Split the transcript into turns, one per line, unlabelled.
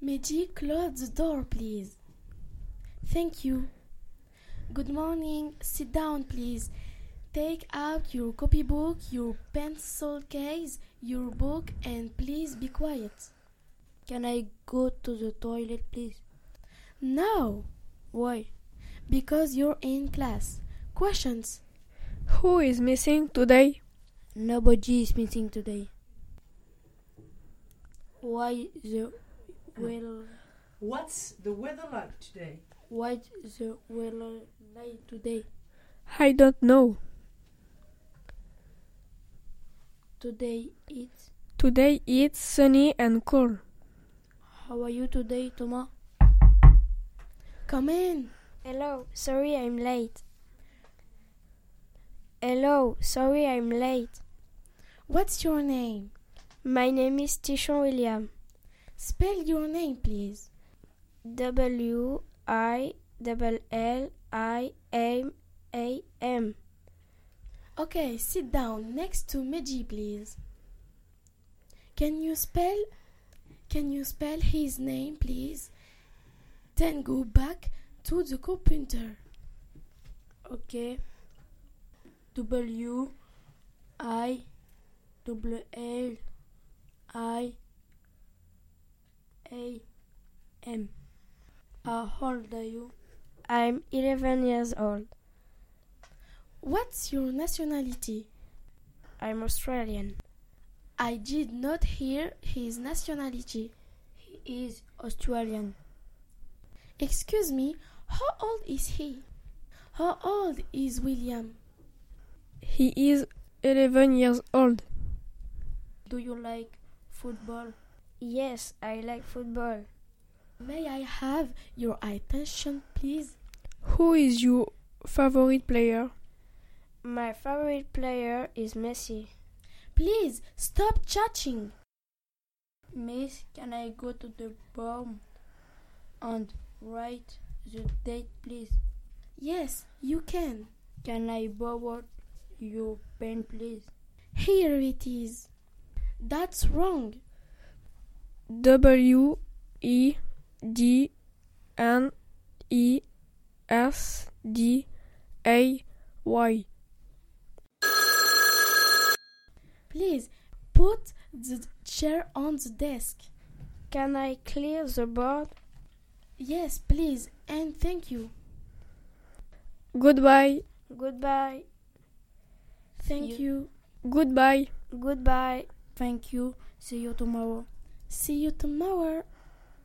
Meiji, close the door, please. Thank you. Good morning. Sit down, please. Take out your copybook, your pencil case, your book, and please be quiet.
Can I go to the toilet, please?
No,
Why?
because you're in class. Questions?
Who is missing today?
Nobody is missing today. Why the
Hmm.
well?
What's the weather like today?
Why the weather like today?
I don't know.
Today it's.
Today it's sunny and cool.
How are you today, Thomas?
Come in.
Hello, sorry I'm late. Hello, sorry I'm late.
What's your name?
My name is Tishon William.
Spell your name, please.
W I double L I M A M.
Okay, sit down next to Meiji, please. Can you spell can you spell his name, please? Then go back to the computer.
Okay. W I double L I A M. Uh, how old are you?
I'm 11 years old.
What's your nationality?
I'm Australian.
I did not hear his nationality.
He is Australian.
Excuse me, how old is he? How old is William?
He is 11 years old.
Do you like football?
Yes, I like football.
May I have your attention, please?
Who is your favorite player?
My favorite player is Messi.
Please stop chatting.
Miss, can I go to the bomb and write the date, please?
Yes, you can.
Can I borrow your pen, please?
Here it is. That's wrong.
W E D N E S D A Y.
Please put the chair on the desk.
Can I clear the board?
Yes, please, and thank you.
Goodbye.
Goodbye.
You-
Thank you.
Goodbye.
Goodbye.
Thank you. See you tomorrow.
See you tomorrow.